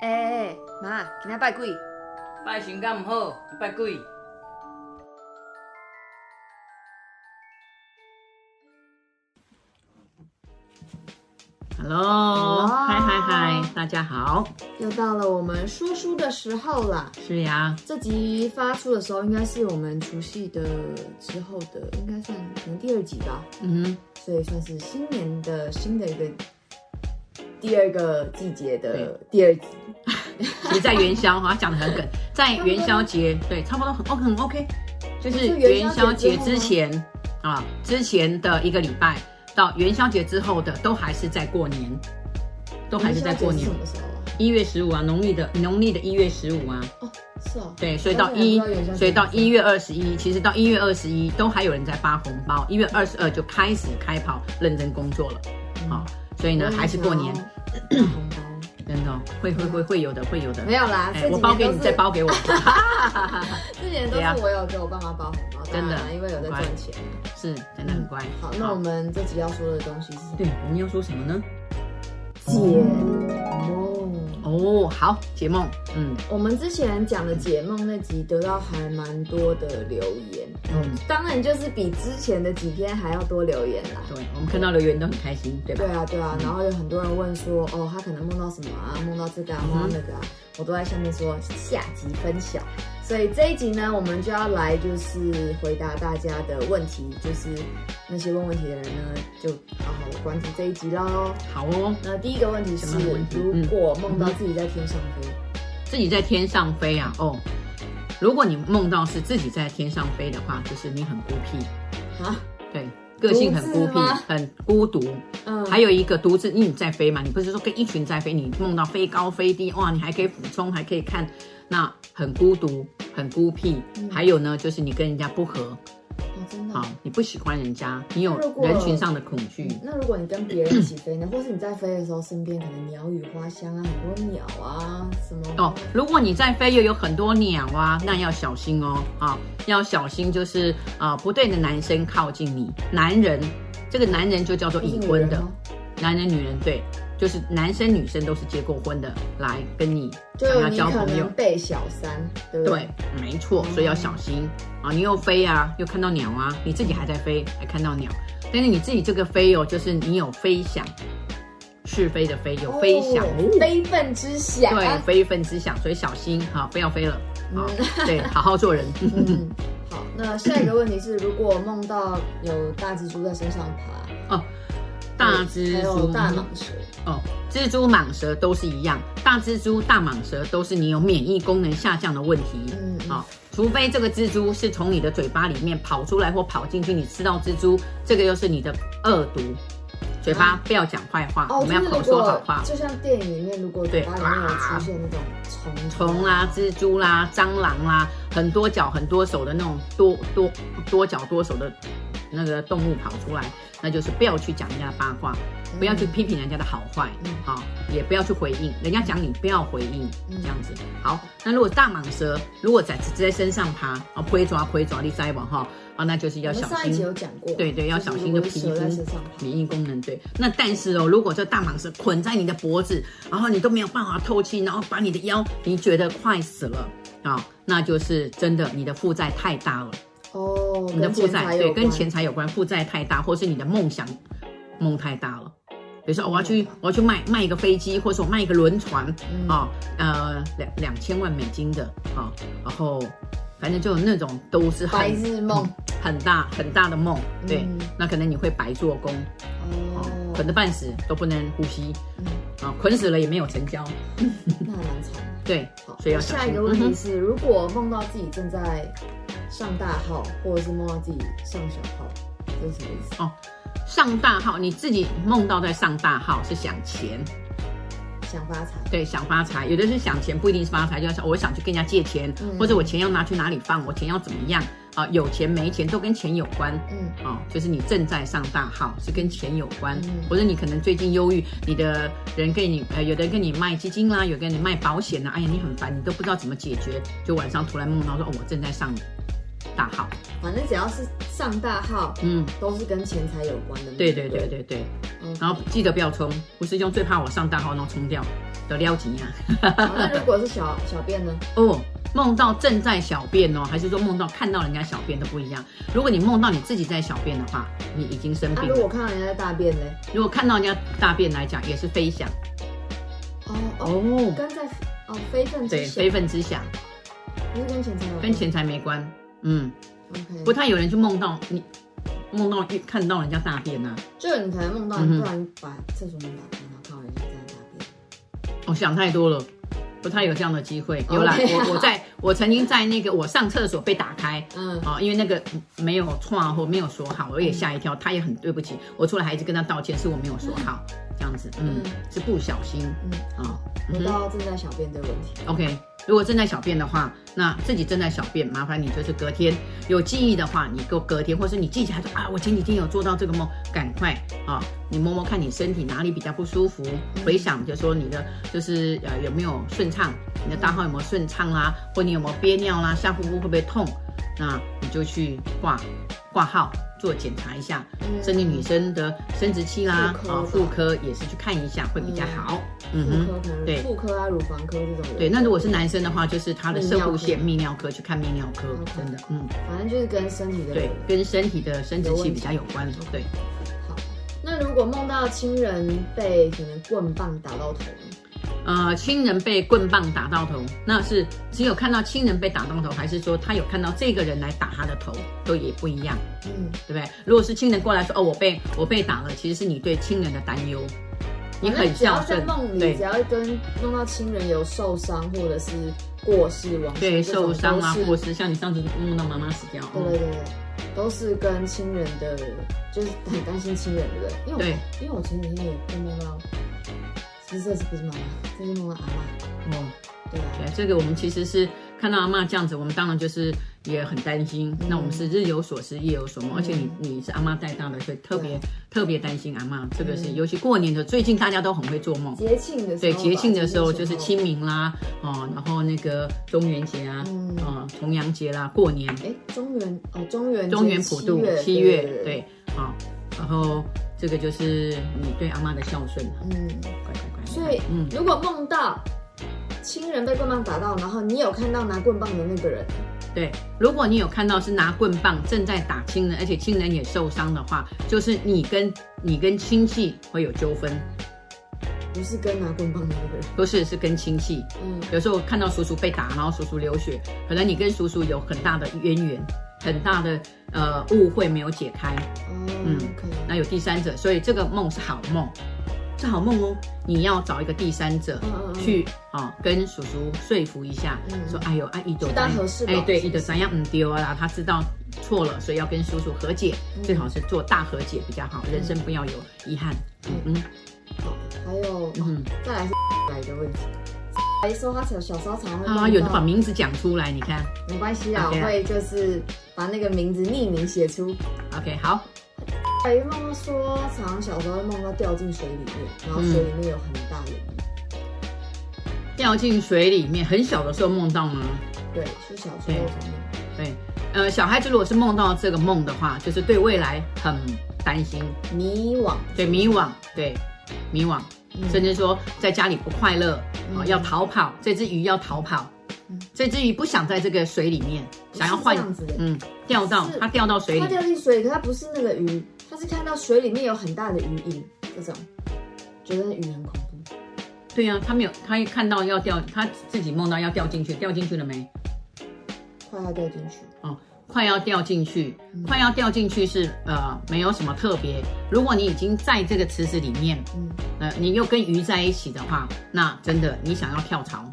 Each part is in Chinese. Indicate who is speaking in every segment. Speaker 1: 哎、欸，妈，今仔拜鬼，
Speaker 2: 拜神敢毋好，拜鬼。
Speaker 3: Hello，嗨哦嗨嗨，大家好。
Speaker 1: 又到了我们说书的时候啦。
Speaker 3: 是呀，
Speaker 1: 这集发出的时候，应该是我们除夕的之后的，应该算可能第二集吧，
Speaker 3: 嗯哼，
Speaker 1: 所以算是新年的新的一个第二个季节的第二集。
Speaker 3: 其实在元宵哈，讲的很梗， 在元宵节，对，差不多很 OK 很 OK，就是
Speaker 1: 就元
Speaker 3: 元
Speaker 1: 宵
Speaker 3: 宵
Speaker 1: 节
Speaker 3: 节
Speaker 1: 之
Speaker 3: 之前啊，之前的一个礼拜到元宵节之后的，都还是在过年，都还是在过年
Speaker 1: 元。宵节是什么时候啊？
Speaker 3: 一月十五啊，农历的农历的一月十五啊，
Speaker 1: 哦，是哦。
Speaker 3: 对，所以
Speaker 1: 但
Speaker 3: 到
Speaker 1: 是
Speaker 3: 一
Speaker 1: 还不知道元宵节，
Speaker 3: 所以到
Speaker 1: 是
Speaker 3: 一月二十一，其实到一月二十一都还有人在发红包，一月二十二就开始开跑认真工作了，
Speaker 1: 嗯
Speaker 3: 好、所以呢还是过年，
Speaker 1: 我也想要拿红 包
Speaker 3: 真的哦会会会会有的，会有的
Speaker 1: 没。有啦，这
Speaker 3: 哎，
Speaker 1: 几
Speaker 3: 我
Speaker 1: 年
Speaker 3: 包给
Speaker 1: 都
Speaker 3: 你，
Speaker 1: 是
Speaker 3: 再。包给我，
Speaker 1: 这几年都
Speaker 3: 对啊
Speaker 1: 是我有给我爸妈包红包，
Speaker 3: 真的
Speaker 1: 当然因为有在赚钱。
Speaker 3: 是真的很乖。
Speaker 1: 好，那我们这集要说的东西是
Speaker 3: 对我们要说什么呢？
Speaker 1: 解梦。
Speaker 3: 哦，好，解梦，嗯，
Speaker 1: 我们之前讲的解梦那集得到还蛮多的留言，
Speaker 3: 嗯，
Speaker 1: 当然就是比之前的几天还要多留言啦。
Speaker 3: 对，我们看到留言都很开心，对吧
Speaker 1: 对？啊，对
Speaker 3: 嗯
Speaker 1: 啊，然后有很多人问说，哦，他可能梦到什么啊，梦到这个啊，梦到那个啊，我都在下面说下集分享。所以这一集呢，我们就要来就是回答大家的问题，就是那些问问题的人呢，就好好关注这一集喽。
Speaker 3: 好哦，
Speaker 1: 那第一个问题是
Speaker 3: 什么问，题
Speaker 1: 如
Speaker 3: 嗯
Speaker 1: 果梦到自己在天上飞，
Speaker 3: 自己在天上飞啊，哦，如果你梦到是自己在天上飞的话，就是你很孤僻，嗯
Speaker 1: 啊，
Speaker 3: 对，个性很
Speaker 1: 独
Speaker 3: 孤僻
Speaker 1: 自吗，
Speaker 3: 很孤独。
Speaker 1: 嗯，
Speaker 3: 还有一个独自，因为你在飞嘛，你不是说跟一群在飞，你梦到飞高飞低，哇，你还可以俯冲，还可以看，那很孤独，很孤僻。
Speaker 1: 嗯
Speaker 3: 还有呢，就是你跟人家不合，
Speaker 1: 哦，真的
Speaker 3: 好、
Speaker 1: 哦。
Speaker 3: 你不喜欢人家，你有
Speaker 1: 那如果
Speaker 3: 人群上的恐惧。
Speaker 1: 那如果你跟别人一起飞呢，或是你在飞的时候，身边可能鸟语花香啊，很多鸟啊，什么
Speaker 3: 哦，如果你在飞又有很多鸟啊，那要小心哦，啊、要小心就是啊、不对的男生靠近你，男人，这个男人就叫做
Speaker 1: 都是
Speaker 3: 已
Speaker 1: 女
Speaker 3: 婚
Speaker 1: 人哦
Speaker 3: 的，
Speaker 1: 吗
Speaker 3: 男人女人对，就是男生女生都是结过婚的，来跟你
Speaker 1: 就
Speaker 3: 想
Speaker 1: 有
Speaker 3: 要
Speaker 1: 你
Speaker 3: 交
Speaker 1: 可
Speaker 3: 朋友
Speaker 1: 能。被小三，对不
Speaker 3: 对？，没错，所以要小心啊！你又飞啊，又看到鸟啊，你自己还在飞，还看到鸟，但是你自己这个飞哦，就是你有飞翔，是非的飞，有飞翔，
Speaker 1: 哦非分之想。
Speaker 3: 对，非分之想，所以小心哈、不要飞了啊！
Speaker 1: 嗯
Speaker 3: 对，好好做人。
Speaker 1: 嗯，好，那下一个问题是，如果梦到有大蜘蛛在身上爬，
Speaker 3: 大蜘
Speaker 1: 还有
Speaker 3: 蛛
Speaker 1: 哎大蟒蛇，
Speaker 3: 哦，蜘蛛、蟒蛇都是一样，大蜘蛛、大蟒蛇都是你有免疫功能下降的问题。
Speaker 1: 嗯
Speaker 3: 好、啊除非这个蜘蛛是从你的嘴巴里面跑出来或跑进去，你吃到蜘蛛，这个又是你的恶毒。嘴巴不要讲坏话，
Speaker 1: 哦，就
Speaker 3: 我们要
Speaker 1: 是如
Speaker 3: 口说好
Speaker 1: 果
Speaker 3: 话。
Speaker 1: 就像电影里面，如果嘴
Speaker 3: 对
Speaker 1: 巴里面有出现那种虫
Speaker 3: 虫啊啦、蜘蛛啦、蟑螂啦，很多脚很多手的那种多多多脚多手的那个动物跑出来，那就是不要去讲人家的八卦，不要去批评人家的好坏，
Speaker 1: 嗯
Speaker 3: 好、也不要去回应人家讲你不要回应，
Speaker 1: 嗯
Speaker 3: 这样子。好，那如果大蟒蛇如果在在身上爬啊，挥抓挥抓，你摘吧哈，啊，那就是要
Speaker 1: 我们
Speaker 3: 小
Speaker 1: 上一集
Speaker 3: 心
Speaker 1: 有。讲过，
Speaker 3: 对对，要
Speaker 1: 是
Speaker 3: 小心
Speaker 1: 如果
Speaker 3: 就皮
Speaker 1: 蛇
Speaker 3: 肤嗯
Speaker 1: 在身上爬，
Speaker 3: 免疫功能对。那但是哦，如果这大蟒蛇捆在你的脖子，然后你都没有办法透气，然后把你的腰，你觉得快死了啊、那就是真的你的负债太大了，
Speaker 1: 哦，
Speaker 3: 你的
Speaker 1: 跟
Speaker 3: 负
Speaker 1: 钱财
Speaker 3: 债
Speaker 1: 有
Speaker 3: 对
Speaker 1: 关
Speaker 3: 跟钱财有关，负债太大，或是你的梦想梦太大了。比如说，哦我要去，我要去卖卖一个飞机，或者我卖一个轮船，
Speaker 1: 嗯
Speaker 3: 啊、呃，两两千万美金的啊、然后反正就有那种都是很嗯
Speaker 1: 白日梦
Speaker 3: 很大很大的梦，对，
Speaker 1: 嗯
Speaker 3: 那可能你会白做工，
Speaker 1: 哦，
Speaker 3: 捆得半死都不能呼吸
Speaker 1: 嗯，
Speaker 3: 啊，捆死了也没有成交，
Speaker 1: 那还蛮惨。
Speaker 3: 对
Speaker 1: 好，，
Speaker 3: 所以要小
Speaker 1: 哦下
Speaker 3: 心。
Speaker 1: 一个问题
Speaker 3: 嗯
Speaker 1: 是，如果梦到自己正在上大号，或者是梦到自己上小号，这是什么意思？
Speaker 3: 哼上大号，你自己梦到在上大号是想钱，
Speaker 1: 想发财？
Speaker 3: 对，想发财，有的是想钱，不一定是发财，就要想我想去跟人家借钱，
Speaker 1: 嗯
Speaker 3: 或者我钱要拿去哪里放，我钱要怎么样啊、有钱没钱都跟钱有关。
Speaker 1: 嗯，
Speaker 3: 哦，就是你正在上大号，是跟钱有关，
Speaker 1: 嗯
Speaker 3: 或者你可能最近忧郁，你的人跟你呃，有的人跟你卖基金啦，有跟你卖保险啦，哎呀，你很烦，你都不知道怎么解决，就晚上突然梦到说，哦，我正在上大号，
Speaker 1: 反正只要是上大号，
Speaker 3: 嗯，
Speaker 1: 都是跟钱财有关的。
Speaker 3: 对对对，对对，
Speaker 1: 嗯，
Speaker 3: 然后记得不要冲，我师兄最怕我上大号然后冲掉，就撩急啊。
Speaker 1: 好那如果是小小便呢？
Speaker 3: 哦，梦到正在小便哦，还是说梦到看到人家小便都不一样。如果你梦到你自己在小便的话，你已经生
Speaker 1: 那、
Speaker 3: 病
Speaker 1: 啊如果
Speaker 3: 了。
Speaker 1: 看到人家在大便嘞？
Speaker 3: 如果看到人家大便来讲，也是飞翔
Speaker 1: 哦哦，
Speaker 3: 哦，
Speaker 1: 跟在哦非分之
Speaker 3: 对，
Speaker 1: 想
Speaker 3: 非分之想，
Speaker 1: 不是跟钱财有关
Speaker 3: 跟钱财没关。嗯，
Speaker 1: OK，
Speaker 3: 不太有人去梦到你，梦到一看到人家大便啊。
Speaker 1: 就你可能梦到，
Speaker 3: 嗯哼
Speaker 1: 你突然把厕所门打开，然后看到人家在大便。
Speaker 3: 我、哦想太多了，不太有这样的机会。有啦
Speaker 1: OK
Speaker 3: 我我在我曾经在那个我上厕所被打开，
Speaker 1: 嗯，
Speaker 3: 哦，因为那个没有串或没有锁好，我也吓一跳，他也很对不起。我出来还一直跟他道歉，是我没有锁好，这样子，嗯
Speaker 1: 嗯，
Speaker 3: 是不小心，
Speaker 1: 嗯
Speaker 3: 啊、
Speaker 1: 回到正在小便这个问题，
Speaker 3: o k 如果正在小便的话，那自己正在小便，麻烦你就是隔天有记忆的话，你够隔天，或是你记起来说啊，我前几天有做到这个梦，赶快啊、你摸摸看你身体哪里比较不舒服，回想就说你的就是呃有没有顺畅，你的大号有没有顺畅啦，或你有没有憋尿啦，下腹部会不会痛，那你就去挂挂号做检查一下，
Speaker 1: 嗯
Speaker 3: 甚至女生的生殖器啦
Speaker 1: 妇科
Speaker 3: 啊
Speaker 1: 吧
Speaker 3: 妇科也是去看一下会比较好，嗯哼。
Speaker 1: 妇科可
Speaker 3: 对
Speaker 1: 能妇科啊、乳房科这种人。
Speaker 3: 对，那如果是男生的话，就是他的射护线泌
Speaker 1: 泌哦
Speaker 3: 尿科去看泌尿科，
Speaker 1: OK
Speaker 3: 真的，嗯，
Speaker 1: 反正就是跟身体的
Speaker 3: 对，跟身体的生殖
Speaker 1: 有问
Speaker 3: 器
Speaker 1: 题
Speaker 3: 比较有关，对，
Speaker 1: 好，那如果梦到亲人被可能棍棒打到头呢，
Speaker 3: 呃，亲人被棍棒打到头，那是只有看到亲人被打到头，还是说他有看到这个人来打他的头，都也不一样，
Speaker 1: 嗯，
Speaker 3: 对不对？如果是亲人过来说，哦，我被我被打了，其实是你对亲人的担忧，你
Speaker 1: 反
Speaker 3: 很
Speaker 1: 哦正只要
Speaker 3: 孝
Speaker 1: 在
Speaker 3: 顺
Speaker 1: 梦，里，
Speaker 3: 对
Speaker 1: 只。要跟梦到亲人有受伤或者是过世亡
Speaker 3: 对，
Speaker 1: 这种
Speaker 3: 受伤啊，
Speaker 1: 都是
Speaker 3: 或是像你上次梦到妈妈死掉，哦
Speaker 1: 对对对对，都是跟亲人的，就是很担心亲人，对不对？因为我
Speaker 3: 对
Speaker 1: 因为我前几天也会梦到，其实这是不是妈妈，这是梦到阿妈，
Speaker 3: 嗯哦，
Speaker 1: 对啊，
Speaker 3: 对，这个我们其实是看到阿嬷这样子，我们当然就是也很担心。那我们是日有所思，夜有所梦，而且你你是阿嬷带大的，所以特别、特别担心阿嬷。这个是、
Speaker 1: 嗯
Speaker 3: 尤其过年的，最近大家都很会做梦。
Speaker 1: 节庆的时
Speaker 3: 对，
Speaker 1: 候吧，
Speaker 3: 节庆的时候就是
Speaker 1: 后
Speaker 3: 清，明啦，哦，然后那个中元节啊，
Speaker 1: 嗯
Speaker 3: 哦，重阳节啦，过年，
Speaker 1: 哎，中原哦，中原
Speaker 3: 中
Speaker 1: 节
Speaker 3: 原普渡七月，对，，啊、然后这个就是你对阿嬷的孝顺啊，
Speaker 1: 嗯，
Speaker 3: 乖乖乖。
Speaker 1: 所以
Speaker 3: 嗯，
Speaker 1: 如果梦到亲人被棍棒打到，然后你有看到拿棍棒的那个人，
Speaker 3: 对，如果你有看到是拿棍棒正在打亲人，而且亲人也受伤的话，就是你跟你跟亲戚会有纠纷，
Speaker 1: 不是跟拿棍棒的那个人，
Speaker 3: 不是是跟亲戚。
Speaker 1: 嗯，
Speaker 3: 有时候看到叔叔被打，然后叔叔流血，可能你跟叔叔有很大的渊源，很大的呃误会没有解开，嗯
Speaker 1: 哦，OK，
Speaker 3: 那有第三者，所以这个梦是好梦，是好梦哦。你要找一个第三者
Speaker 1: 嗯嗯嗯
Speaker 3: 去啊、跟叔叔说服一下，
Speaker 1: 嗯
Speaker 3: 说哎呦，啊，伊都
Speaker 1: 去当和事佬
Speaker 3: 哎，对，
Speaker 1: 是
Speaker 3: 伊
Speaker 1: 不
Speaker 3: 都
Speaker 1: 是
Speaker 3: 怎样唔丢啊啦，他知道错了，所以要跟叔叔和解，
Speaker 1: 嗯
Speaker 3: 最好是做大和解比较好，人生不要有遗憾。嗯嗯
Speaker 1: 好，还有，哦
Speaker 3: 嗯
Speaker 1: 再来是来一个问题。来说他小小时候常会
Speaker 3: 哼，啊，
Speaker 1: 梦
Speaker 3: 有人
Speaker 1: 到
Speaker 3: 把名字讲出来，你看
Speaker 1: 没关系啦，我
Speaker 3: OK 啊
Speaker 1: 会就是把那个名字匿名写出。
Speaker 3: ，OK，好，
Speaker 1: 哎，梦到说，常常小时候会梦到掉进水里面，然后
Speaker 3: 嗯
Speaker 1: 水里面有很大的鱼。
Speaker 3: 掉进水里面，很小的时候梦到吗？
Speaker 1: 对，是小时候常梦。
Speaker 3: 对，呃，小孩子如果是梦到这个梦的话，就是对未来很担心，
Speaker 1: 迷惘。
Speaker 3: 对迷惘，对迷惘，
Speaker 1: 嗯
Speaker 3: 甚至说在家里不快乐，啊、
Speaker 1: 嗯
Speaker 3: 要逃跑，这只鱼要逃跑，
Speaker 1: 嗯
Speaker 3: 这只鱼不想在这个水里面，想要
Speaker 1: 不是
Speaker 3: 换
Speaker 1: 这样子的，
Speaker 3: 嗯，掉到
Speaker 1: 是
Speaker 3: 它掉到水里
Speaker 1: 它，掉进水里，可它不是那个鱼，它是看到水里面有很大的鱼影，这种觉得那鱼很恐怖。
Speaker 3: 对呀、啊，它没有，它一看到要掉，它自己梦到要掉进去，掉进去了没？
Speaker 1: 快要掉进去，
Speaker 3: 哦，快要掉进去，
Speaker 1: 嗯
Speaker 3: 快要掉进去是呃没有什么特别，如果你已经在这个池子里面，
Speaker 1: 嗯，
Speaker 3: 呃，你又跟鱼在一起的话，那真的你想要跳槽，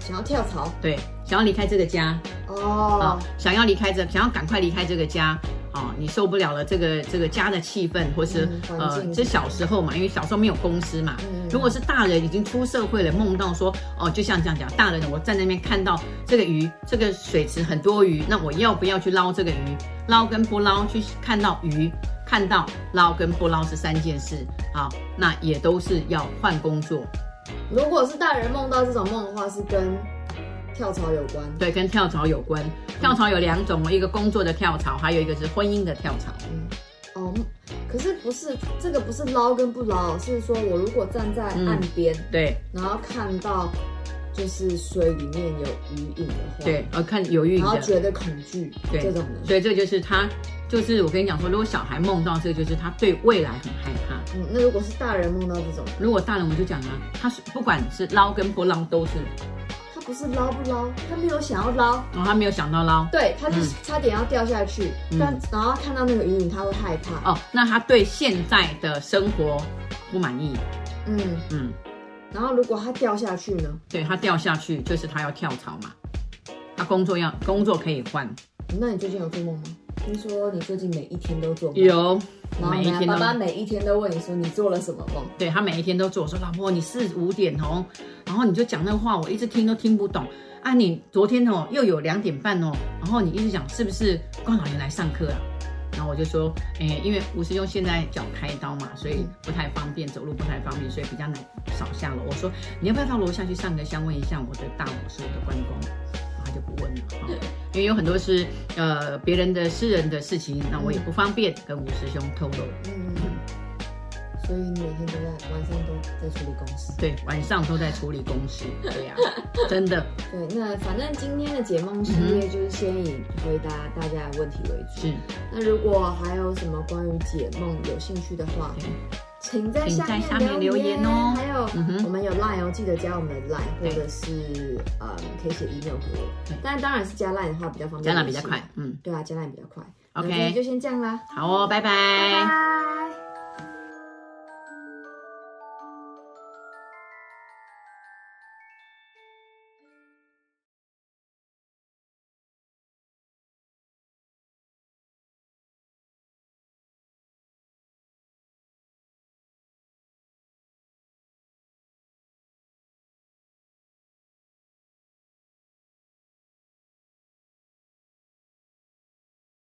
Speaker 1: 想要跳槽
Speaker 3: 对，想要离开这个家，啊
Speaker 1: 哦，，
Speaker 3: 想要离开这，想要赶快离开这个家。哦，你受不了了这个这个家的气氛，或是、
Speaker 1: 嗯环
Speaker 3: 呃
Speaker 1: 境，
Speaker 3: 这小时候嘛，因为小时候没有公司嘛。
Speaker 1: 嗯
Speaker 3: 如果是大人已经出社会了，梦到说哦，就像这样讲，大人了我站那边看到这个鱼，这个水池很多鱼，那我要不要去捞这个鱼？捞跟不捞，去看到鱼，看到捞跟不捞是三件事啊、那也都是要换工作，
Speaker 1: 如果是大人梦到这种梦的话，是跟跳槽有关。
Speaker 3: 对，跟跳槽有关。跳槽有两种，一个工作的跳槽，还有一个是婚姻的跳槽。
Speaker 1: 嗯哦，可可是不是这个不是捞跟不捞，是说我如果站在岸边，
Speaker 3: 对
Speaker 1: 然后看到就是水里面有鱼影的话，
Speaker 3: 对，呃，看有预
Speaker 1: 然后
Speaker 3: 的，
Speaker 1: 觉得恐惧
Speaker 3: 对
Speaker 1: 这种的，
Speaker 3: 所以这就是他，就是我跟你讲说，如果小孩梦到这个，就是他对未来很害怕。
Speaker 1: 嗯，那如果是大人梦到这种，
Speaker 3: 如果大人，我就讲啊，他是不管是捞跟不捞都是，
Speaker 1: 他不是捞不捞，他没有想要捞，
Speaker 3: 然后他没有想到捞
Speaker 1: 对，他就
Speaker 3: 嗯
Speaker 1: 差点要掉下去，
Speaker 3: 嗯
Speaker 1: 但然后看到那个鱼影，他会害怕，
Speaker 3: 哦，那他对现在的生活不满意，
Speaker 1: 嗯，
Speaker 3: 嗯，
Speaker 1: 然后如果他掉下去呢，
Speaker 3: 对他掉下去就是他要跳槽嘛，他工作要工作可以换，
Speaker 1: 那你最近有做梦吗？听说你最近每一天都做梦，
Speaker 3: 有
Speaker 1: 然后呢
Speaker 3: 每一天
Speaker 1: 爸
Speaker 3: 都
Speaker 1: 爸每一天都问你说你做了什么梦，
Speaker 3: 对他每一天都做，我说老婆你四五点哦，然后你就讲那个话，我一直听都听不懂啊。你昨天哦又有两点半哦，然后你一直讲是不是关老爷来上课啊？然后我就说，诶、因为吴师兄现在脚开刀嘛，所以不太方便走路，不太方便，所以比较难少下楼。我说你要不要到楼下去上个香，问一下我的大武师，我的关公？然后他就不问了，哦、因为有很多是呃别人的私人的事情，那我也不方便跟吴师兄透露。
Speaker 1: 嗯，所以你每天都在晚上都在处理公司。
Speaker 3: 嗯对，晚上都在处理公事，对呀、真的，
Speaker 1: 对，那反正今天的解梦系列就是先以回答大家的问题为主。
Speaker 3: 是，
Speaker 1: 那如果还有什么关于解梦有兴趣的话，
Speaker 3: 对
Speaker 1: 请在下
Speaker 3: 请在下面
Speaker 1: 留
Speaker 3: 留言哦
Speaker 1: 还有、
Speaker 3: 嗯哼
Speaker 1: 我们有 Line 哦，记得加我们的 Line，或
Speaker 3: 对
Speaker 1: 者是嗯可以写 email 给我
Speaker 3: 对。
Speaker 1: 但当然是加 Line 的话比较方便，
Speaker 3: 讲的比较快。，嗯，
Speaker 1: 对啊，加 Line 比较快。那
Speaker 3: OK
Speaker 1: 今天就先这样啦，
Speaker 3: 好哦，拜
Speaker 1: 拜拜。